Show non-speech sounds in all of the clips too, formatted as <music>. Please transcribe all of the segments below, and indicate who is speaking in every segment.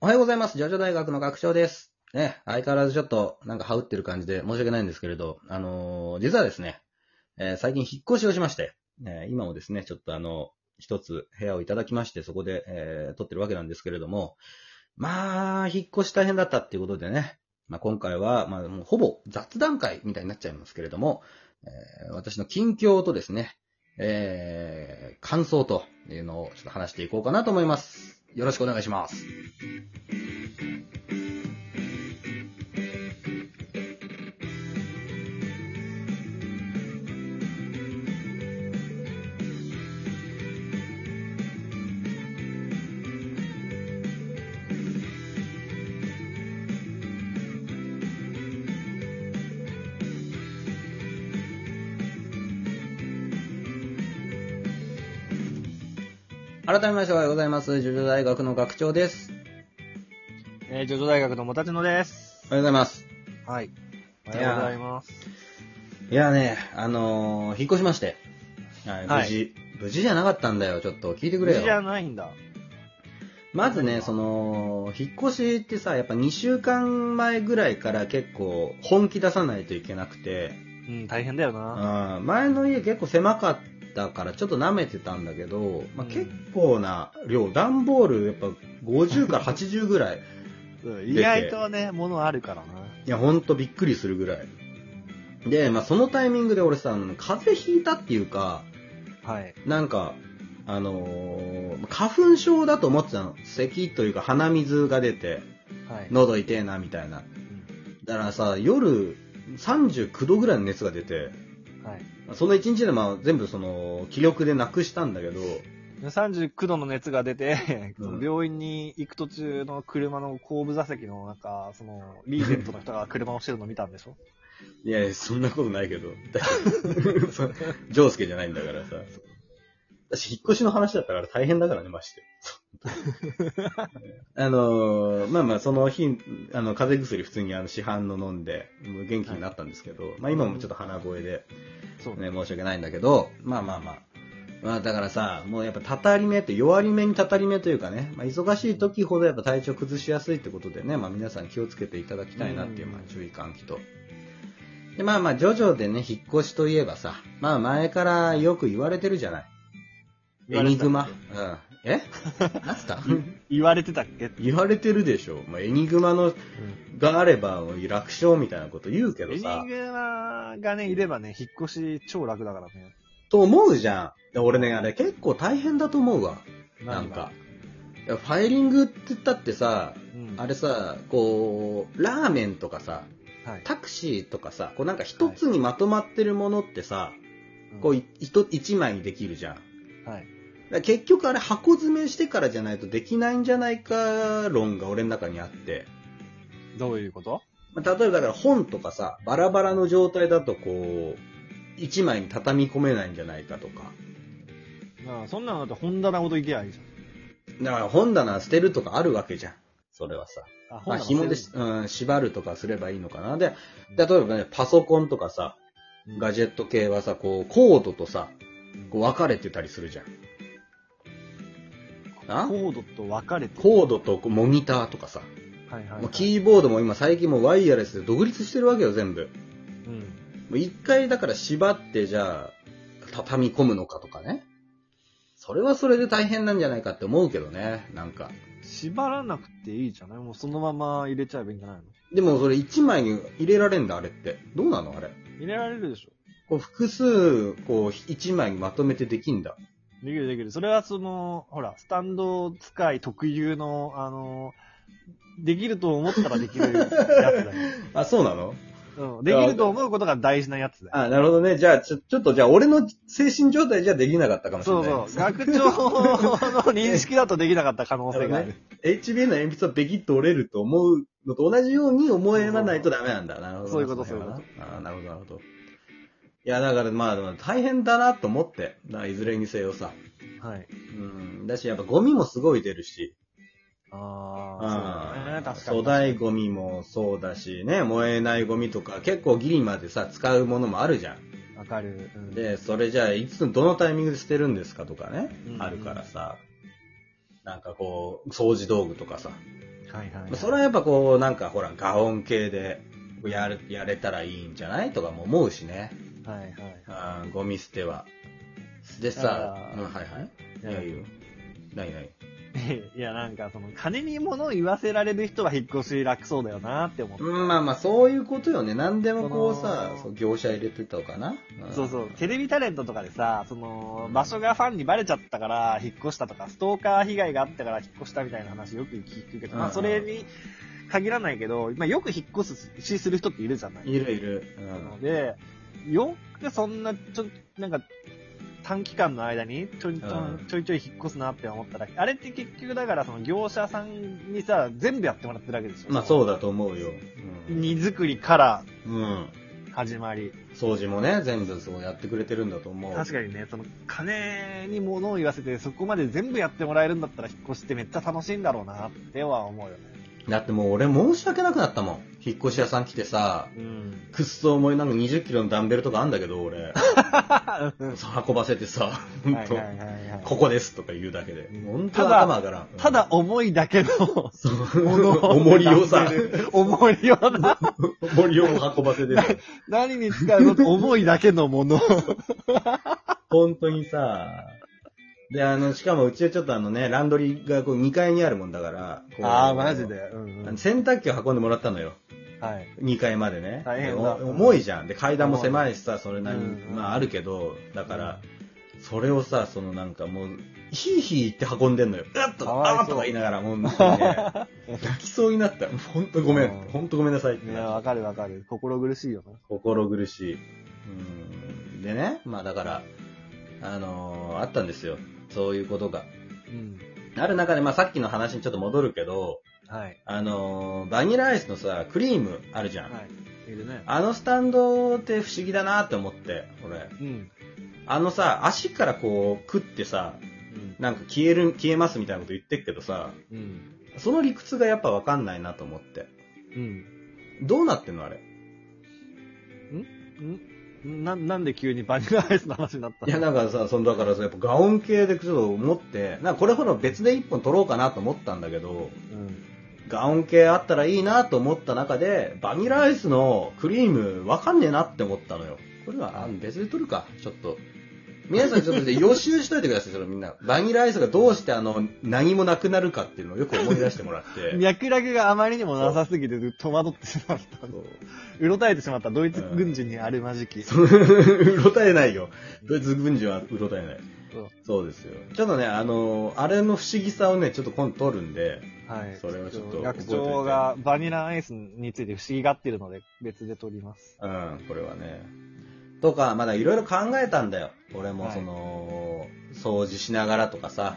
Speaker 1: おはようございます。ジョジョ大学の学長です。ね、相変わらずちょっと、なんか羽織ってる感じで申し訳ないんですけれど、あのー実はですね、えー最近引っ越しをしまして、えー今もですね、ちょっとあの、一つ部屋をいただきまして、そこで、えー撮ってるわけなんですけれども、まあ、引っ越し大変だったっていうことでね、まあ今回は、まあもうほぼ雑談会みたいになっちゃいますけれども、えー私の近況とですね、えー感想というのをちょっと話していこうかなと思います。よろしくお願いします。改めましておはようございます。ジョジョ大学の学長です。
Speaker 2: えー、ジョジョ大学のもたちのです。
Speaker 1: おはようございます。
Speaker 2: はい。お
Speaker 1: い
Speaker 2: は
Speaker 1: やー
Speaker 2: ようございます。
Speaker 1: いやね、あのー、引っ越しまして。はい、無事、
Speaker 2: はい
Speaker 1: 無事じゃなかったんだよ。ちょっと聞いてく
Speaker 2: 無
Speaker 1: れ
Speaker 2: 事じゃ
Speaker 1: よ。
Speaker 2: ないんだ。
Speaker 1: まずね、その、引っ越しってさ、やっぱ2週間前ぐらいから結構本気出さないといけなくて、
Speaker 2: うん、大変だよな。
Speaker 1: うん、前の家結構狭かったからちょっと舐めてたんだけど、まあ、
Speaker 2: うん
Speaker 1: 結構な量、段ボールやっぱ50から80ぐらい。
Speaker 2: うん意外とね、物あるからな。
Speaker 1: いや、ほんとびっくりするぐらい。で、まあ、そのタイミングで俺さ、あの風邪ひいたっていうか、
Speaker 2: はい。
Speaker 1: なんか、あのー花粉症だと思ってたの。咳というか鼻水が出て、
Speaker 2: はい。
Speaker 1: 喉痛えな、みたいな。
Speaker 2: うん
Speaker 1: だからさ、夜39度ぐらいの熱が出て、
Speaker 2: はい。
Speaker 1: その一日でまあ全部その、気力でなくしたんだけど、
Speaker 2: で39度の熱が出て、
Speaker 1: うん
Speaker 2: その <laughs> 病院に行く途中の車の後部座席の中、その、リーゼントの人が車をしてるの見たんでしょ
Speaker 1: いやいや、そんなことないけど。 <laughs> だってそうジョースケじゃないんだからさ。私、引っ越しの話だったから大変だからね、まして。あのーまあまあ、その日、あの、風邪薬普通にあの市販の飲んで、もう元気になったんですけど、まあ今もちょっと鼻声で、
Speaker 2: そうね。
Speaker 1: ね、申し訳ないんだけど、まあまあまあ。まあだからさ、もうやっぱたたり目って、弱り目にたたり目というかね、まあ忙しい時ほどやっぱ体調崩しやすいってことでね、まあ皆さん気をつけていただきたいなっていう、
Speaker 2: うん
Speaker 1: まあ注意喚起と。で、まあまあ、ジョジョでね、引っ越しといえばさ、まあ前からよく言われてるじゃない。エニグマ。うん。
Speaker 2: <laughs>
Speaker 1: えなんすか
Speaker 2: 言われてたっけ
Speaker 1: 言われてるでしょ。まあ、エニグマの、があれば楽勝みたいなこと言うけ
Speaker 2: エ
Speaker 1: ど
Speaker 2: ニ
Speaker 1: さ。
Speaker 2: グマがね、いればね、引っ越し超楽だからね。
Speaker 1: と思うじゃん。で俺ね、あれ結構大変だと思うわ。なん
Speaker 2: 何が
Speaker 1: か。。いやファイリングって言ったってさ、
Speaker 2: うん。
Speaker 1: あれさ、こう、ラーメンとかさ、
Speaker 2: はい。
Speaker 1: タクシーとかさ、こうなんか一つにまとまってるものってさ、
Speaker 2: うん
Speaker 1: こうい一一枚にできるじゃん。だか
Speaker 2: はい。
Speaker 1: ら結局あれ箱詰めしてからじゃないとできないんじゃないか論が俺の中にあって。
Speaker 2: どういうこと
Speaker 1: まあ例えばだから本とかさ、バラバラの状態だとこう、一枚に畳み込めないんじゃないかとか。
Speaker 2: ああそんなのだって本棚ごと行けばいいじ
Speaker 1: だから本棚捨てるとかあるわけじゃん。それはさ。
Speaker 2: ゃん。あ、
Speaker 1: まあ、
Speaker 2: 本棚
Speaker 1: 紐でし、うん、縛るとかすればいいのかな。で、例えばね、パソコンとかさ、ガジェット系はさ、こう、コードとさ、こう分かれてたりするじゃん。あ
Speaker 2: コードと分かれてる。
Speaker 1: コードとこうモニターとかさ、
Speaker 2: はいはい、はい。
Speaker 1: もうキーボードも今最近もうワイヤレスで独立してるわけよ、全部。
Speaker 2: うん。
Speaker 1: もう一回だから縛って、じゃあ、畳み込むのかとかね。それはそれで大変なんじゃないかって思うけどね、なんか。
Speaker 2: 縛らなくていいじゃないもうそのまま入れちゃえばいいんじゃないの
Speaker 1: でもそれ一枚に入れられんだ、あれって。どうなのあれ。
Speaker 2: 入れられるでしょ
Speaker 1: こう複数、こう、一枚にまとめてできんだ。
Speaker 2: できるできる。それはその、ほら、スタンド使い特有の、あの、できると思ったらできるやつ <laughs> だよ。
Speaker 1: あ、そうなの
Speaker 2: うん。できると思うことが大事なやつだよ。
Speaker 1: あ、なるほどね。じゃあ、ちょ、ちょっと、じゃあ、俺の精神状態じゃできなかったかもしれ
Speaker 2: そ
Speaker 1: な
Speaker 2: う
Speaker 1: い。
Speaker 2: そう。学長の認識だと <laughs> できなかった可能性がある。
Speaker 1: HB の鉛筆はベキッと折れると思うのと同じように思えらないとダメなんだ。なるほど。
Speaker 2: そういうこと
Speaker 1: の辺
Speaker 2: そうい
Speaker 1: はなあーなるほど、なるほど。いや、だから、まあ、でも大変だなと思って。だからいずれにせよさ。
Speaker 2: はい。
Speaker 1: うん。だし、やっぱゴミもすごい出るし。
Speaker 2: ああ、そうだね。確かに。
Speaker 1: 粗大ゴミもそうだし、ね、燃えないゴミとか、結構ギリまでさ、使うものもあるじゃん。
Speaker 2: わかる。うん
Speaker 1: で、それじゃあ、いつ、どのタイミングで捨てるんですかとかね
Speaker 2: う、ん
Speaker 1: あるからさ、なんかこう、掃除道具とかさ、
Speaker 2: はいは
Speaker 1: ま
Speaker 2: い
Speaker 1: あそれはやっぱこう、なんかほら、ガオン系で、やる、やれたらいいんじゃないとかも思うしね。
Speaker 2: はいはい。
Speaker 1: あーゴミ捨ては。でさ
Speaker 2: あ、ー
Speaker 1: うん、はいはい。いや、いいよ。ないない。
Speaker 2: <laughs> いや、なんか、その、金に物を言わせられる人は引っ越し楽そうだよなって思って。
Speaker 1: うん、まあまあ、そういうことよね。何でもこう
Speaker 2: そ
Speaker 1: さ
Speaker 2: の、
Speaker 1: そう業者入れてたのかな。ん
Speaker 2: そうそう、テレビタレントとかでさ、その、場所がファンにバレちゃったから引っ越したとか、ストーカー被害があったから引っ越したみたいな話よく聞くけど、ま
Speaker 1: う
Speaker 2: あ、
Speaker 1: ん
Speaker 2: それに限らないけど、まあ、よく引っ越すしする人っているじゃない
Speaker 1: いるいる。
Speaker 2: なので、よくそんな、ちょ、なんか、短期間の間にちょいちょい,、
Speaker 1: うん
Speaker 2: ちょいちょい引っ越すなって思ったら、あれって結局だからその業者さんにさ、全部やってもらってるわけでし
Speaker 1: う
Speaker 2: ょ
Speaker 1: ん。まあ、そうだと思うよ。うん。
Speaker 2: 荷造りから
Speaker 1: うん。
Speaker 2: 始まり。
Speaker 1: 掃除もね、全部そうやってくれてるんだと思う。
Speaker 2: 確かにね、その金に物を言わせてそこまで全部やってもらえるんだったら引っ越しってめっちゃ楽しいんだろうなっては思うよね。
Speaker 1: だってもう俺申し訳なくなったもん。引っ越し屋さん来てさ、
Speaker 2: うん。
Speaker 1: くっそ重いなんか20キロのダンベルとかあんだけど、
Speaker 2: <laughs>
Speaker 1: 俺。
Speaker 2: は
Speaker 1: そう運ばせてさ、
Speaker 2: い
Speaker 1: ほ
Speaker 2: は
Speaker 1: ん
Speaker 2: い
Speaker 1: と
Speaker 2: はいはい
Speaker 1: ここですとか言うだけで。ほんと
Speaker 2: ただ
Speaker 1: 頭上がらん。
Speaker 2: ただ、重いだけの
Speaker 1: そう、
Speaker 2: 物を。
Speaker 1: <laughs> 重りを
Speaker 2: <laughs>
Speaker 1: さ、、
Speaker 2: 重りをな、
Speaker 1: 重りを運ばせてさ。
Speaker 2: 何に使うのって重いだけのもの。
Speaker 1: 本当にさ、で、あの、しかもうちはちょっとあのね、ランドリーがこう2階にあるもんだから、こう
Speaker 2: <laughs> ああ、マジで。。うん
Speaker 1: あ
Speaker 2: う
Speaker 1: の
Speaker 2: ん。
Speaker 1: 洗濯機を運んでもらったのよ。
Speaker 2: はい。
Speaker 1: 2階までね。
Speaker 2: 大変
Speaker 1: で
Speaker 2: だ
Speaker 1: お重いじゃん。で、階段も狭いしさ、それなりに、
Speaker 2: うん
Speaker 1: まああるけど、だから、それをさ、そのなんかもう、ヒーヒー言って運んでんのよ。うっと
Speaker 2: か
Speaker 1: か、
Speaker 2: わいそう
Speaker 1: あーとか言いながら、もう、ね、泣
Speaker 2: <laughs>
Speaker 1: きそうになった。ほんとごめん
Speaker 2: うん。
Speaker 1: ほんとごめんなさいって
Speaker 2: い
Speaker 1: なっちゃ
Speaker 2: や、
Speaker 1: う
Speaker 2: わかるわかる。心苦しいよな。
Speaker 1: 心苦しい。うん。でね、まあだから、あのーあったんですよ。そういうことが。
Speaker 2: うん。
Speaker 1: ある中で、まあさっきの話にちょっと戻るけど、
Speaker 2: はい。
Speaker 1: あのーバニラアイスのさ、クリームあるじゃん。
Speaker 2: はい。いるね。
Speaker 1: あのスタンドって不思議だなって思って、俺。
Speaker 2: うん。
Speaker 1: あのさ、足からこう、食ってさ、
Speaker 2: うん。
Speaker 1: なんか消える、消えますみたいなこと言ってっけどさ、
Speaker 2: うん。
Speaker 1: その理屈がやっぱわかんないなと思って。
Speaker 2: うん。
Speaker 1: どうなってんのあれ。
Speaker 2: んな、なんで急にバニラアイスの話になった
Speaker 1: いや、なんかさ、その、だからさ、やっぱガオン系でちょっと思って、なんかこれほど別で一本取ろうかなと思ったんだけど、
Speaker 2: うん。
Speaker 1: ガオン系あったらいいなと思った中で、バニラアイスのクリームわかんねえなって思ったのよ。これは、あ別で取るか、ちょっと。皆さんちょっとで <laughs> 予習しといてください、それみんな。バニラアイスがどうしてあの、何もなくなるかっていうのをよ <laughs> く思い出してもらって。
Speaker 2: 脈絡があまりにもなさすぎて戸惑ってしまった。うろたえてしまったドイツ軍人にあるまじき。
Speaker 1: そう <laughs> うろたえないよ。ドイツ軍人はうろたえない。
Speaker 2: そう
Speaker 1: そうですよ。ちょっとね、あの、あれの不思議さをね、ちょっと今度取るんで、
Speaker 2: はい。
Speaker 1: それはちょっと
Speaker 2: 学長がバニラアイスについて不思議がってるので、別で撮ります。
Speaker 1: うん、これはね。とか、まだいろいろ考えたんだよ。俺も
Speaker 2: はい
Speaker 1: その、掃除しながらとかさ、
Speaker 2: は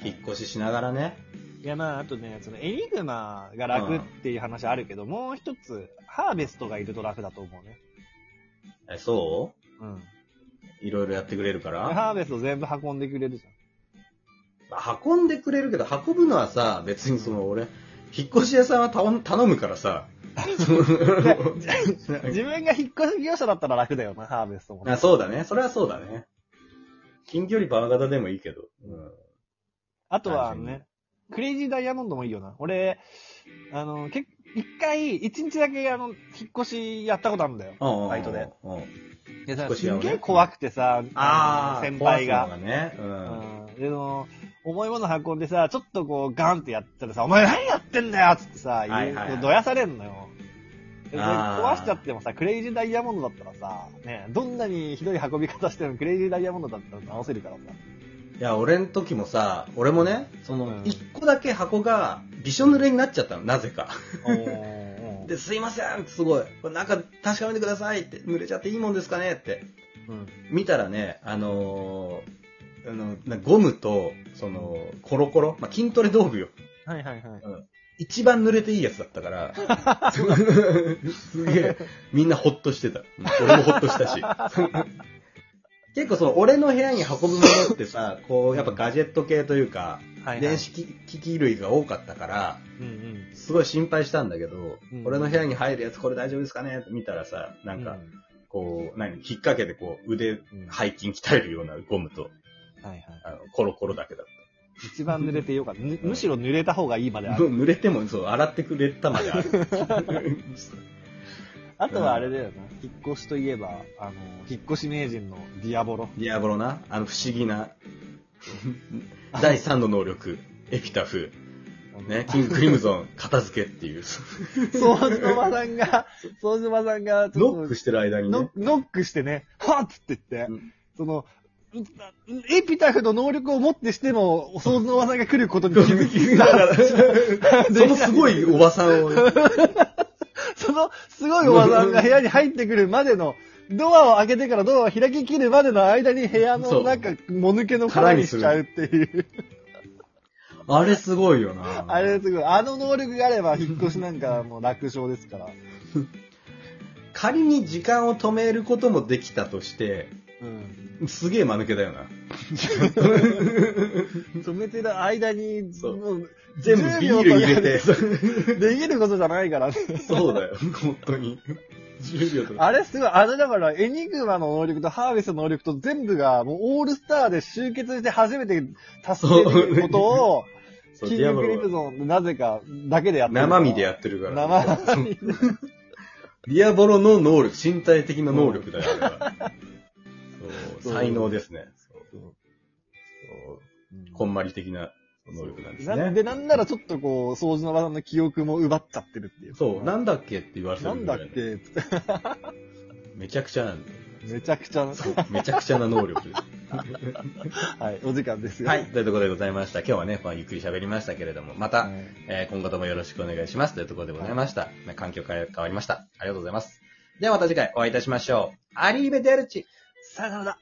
Speaker 2: いはい、
Speaker 1: 引っ越ししながらね。
Speaker 2: いやな、あとね、そのエニグマが楽っていう話あるけど、もう一つ、ハーベストがいると楽だと思うね。
Speaker 1: え、そ
Speaker 2: うん。
Speaker 1: ういろいろやってくれるから。
Speaker 2: ハーベスト全部運んでくれるじ
Speaker 1: まあ運んでくれるけど、運ぶのはさ、別にその俺、引っ越し屋さんは頼ん頼むから
Speaker 2: <laughs>
Speaker 1: さ。 <laughs> その
Speaker 2: ゃん。自分が引っ越し業者だったら楽だよな、ハーベストもね、
Speaker 1: あそうだね。それはそうだね。近距離バー型でもいいけど。うん
Speaker 2: あとは
Speaker 1: 単純に
Speaker 2: ね、クレイジーダイヤモンドもいいよな。俺、あの、け一回、一日だけ、あの、引っ越しやったことあるんだよ。
Speaker 1: うんうんうん。
Speaker 2: バイトで
Speaker 1: うん。
Speaker 2: でさ
Speaker 1: 引っ越し
Speaker 2: す
Speaker 1: 屋を
Speaker 2: っ
Speaker 1: ね
Speaker 2: げえ怖くてさ、
Speaker 1: ああ、
Speaker 2: の先輩が。
Speaker 1: 壊すのね。う。
Speaker 2: うんん。で、その、重いもの運んでさ、ちょっとこう、ガンってやったらさ、お前何やってんだよっつってさ、
Speaker 1: はい
Speaker 2: 言う
Speaker 1: はいはい
Speaker 2: どやされんのよ。でそれ
Speaker 1: あー
Speaker 2: 壊しちゃってもさ、クレイジーダイヤモンドだったらさ、ね、どんなにひどい運び方してもクレイジーダイヤモンドだったら直せるからさ。
Speaker 1: いや、俺の時もさ、俺もね、そうの
Speaker 2: ん、
Speaker 1: 一個だけ箱が、びしょ濡れになっちゃったの、なぜか。
Speaker 2: お
Speaker 1: で、すいませんすごい。これ中確かめてくださいって、濡れちゃっていいもんですかねって。
Speaker 2: うん。
Speaker 1: 見たらね、あのーあの、なゴムと、その、コロコロ、まあ、筋トレ道具よ。
Speaker 2: はいはいはい。
Speaker 1: 一番濡れていいやつだったから、 <laughs> すげえ、みんなほっとしてた。俺もほっとしたし。結構その、俺の部屋に運ぶものってさ、こう、やっぱガジェット系というか、
Speaker 2: はいはい
Speaker 1: 電子機機器類が多かったから、
Speaker 2: うんうん。
Speaker 1: すごい心配したんだけど、
Speaker 2: うん
Speaker 1: 俺の部屋に入るやつこれ大丈夫ですかねって見たらさ、なん
Speaker 2: う
Speaker 1: か、こう、何、引っ掛けてこう、腕、
Speaker 2: うん
Speaker 1: 背筋鍛えるようなゴムと、
Speaker 2: はいはい。
Speaker 1: あのコロコロだけだっ
Speaker 2: 一番濡れてよかった。ぬむしろ濡れた方がいいまである。
Speaker 1: 濡れても、そう、洗ってくれたまで
Speaker 2: <laughs>
Speaker 1: ある。
Speaker 2: あとはあれだよな、引っ越しといえば、あの、引っ越し名人のディアボロ。
Speaker 1: ディアボロな、あの不思議な、 <laughs> 第3の能力、エピタフ、ね、キングクリムゾン、片付けって
Speaker 2: <laughs>
Speaker 1: いう。
Speaker 2: そうじまさんが、そうじまさんが、ち
Speaker 1: ノ
Speaker 2: ょ
Speaker 1: ッ
Speaker 2: っ
Speaker 1: ク
Speaker 2: と
Speaker 1: してる間に
Speaker 2: ノ
Speaker 1: ね。
Speaker 2: ノックしてね、はっつって言っ
Speaker 1: う
Speaker 2: て、
Speaker 1: ん
Speaker 2: その、うエピタフの能力をもってしても、想像の技が来ることに気づ
Speaker 1: <laughs>
Speaker 2: き
Speaker 1: だ
Speaker 2: な
Speaker 1: からその
Speaker 2: そ
Speaker 1: すごいおばさんを、
Speaker 2: そのすごいおばさんが部屋に入ってくるまでの、ドアを開けてからドアを開ききるまでの間に部屋
Speaker 1: そ
Speaker 2: の
Speaker 1: う
Speaker 2: 中、もぬけの殻にしちゃうっていう。
Speaker 1: あれすごいよな。
Speaker 2: あれすごい。あの能力があれば、引っ越しなんかもう楽勝ですから。
Speaker 1: 仮に時間を止めることもできたとして、 <laughs>
Speaker 2: うん。
Speaker 1: すげえ間抜けだよな。
Speaker 2: 止めてる間に、
Speaker 1: そう
Speaker 2: もう、
Speaker 1: 全部ビール入れて。
Speaker 2: <laughs> できることじゃないからね。
Speaker 1: <laughs>
Speaker 2: <laughs>
Speaker 1: そうだよ、本当に。10秒とか。
Speaker 2: あれすごい、あれだから、エニグマの能力とハーベストの能力と全部が、もうオールスターで集結して初めて達成できることを、 <laughs>
Speaker 1: そう
Speaker 2: キ
Speaker 1: ディア
Speaker 2: ン
Speaker 1: ボ
Speaker 2: グクリプ
Speaker 1: ロは
Speaker 2: ゾン、なぜか、だけでやってるから。
Speaker 1: 生身でやってるから。
Speaker 2: 生身で。
Speaker 1: ディアボロの能力、身体的な能力だよ、あれ
Speaker 2: <laughs>
Speaker 1: はそ、
Speaker 2: そうう
Speaker 1: 才能ですね。そう
Speaker 2: そう
Speaker 1: そうこんまり的な能力なんです
Speaker 2: な
Speaker 1: ね。
Speaker 2: んで、なんならちょっとこう、掃除の場さんの記憶も奪っちゃってるっていう。
Speaker 1: そう、なんだっけって言われて
Speaker 2: な
Speaker 1: る
Speaker 2: ん
Speaker 1: ぐ
Speaker 2: だ
Speaker 1: ら
Speaker 2: っ
Speaker 1: いの
Speaker 2: け
Speaker 1: めちゃくちゃなんで。
Speaker 2: めちゃくちゃな、
Speaker 1: めちゃくちゃな能力です。
Speaker 2: はい、お時間ですよ。
Speaker 1: はい、というところでございました。今日はね、まあ、ゆっくり喋りましたけれども、また、
Speaker 2: はい。
Speaker 1: えー今後ともよろしくお願いしますというところでございました。ね環境が変わりました。ありがとうございます。ではまた次回お会いいたしましょう。アリーベデルチ
Speaker 2: さよならだ。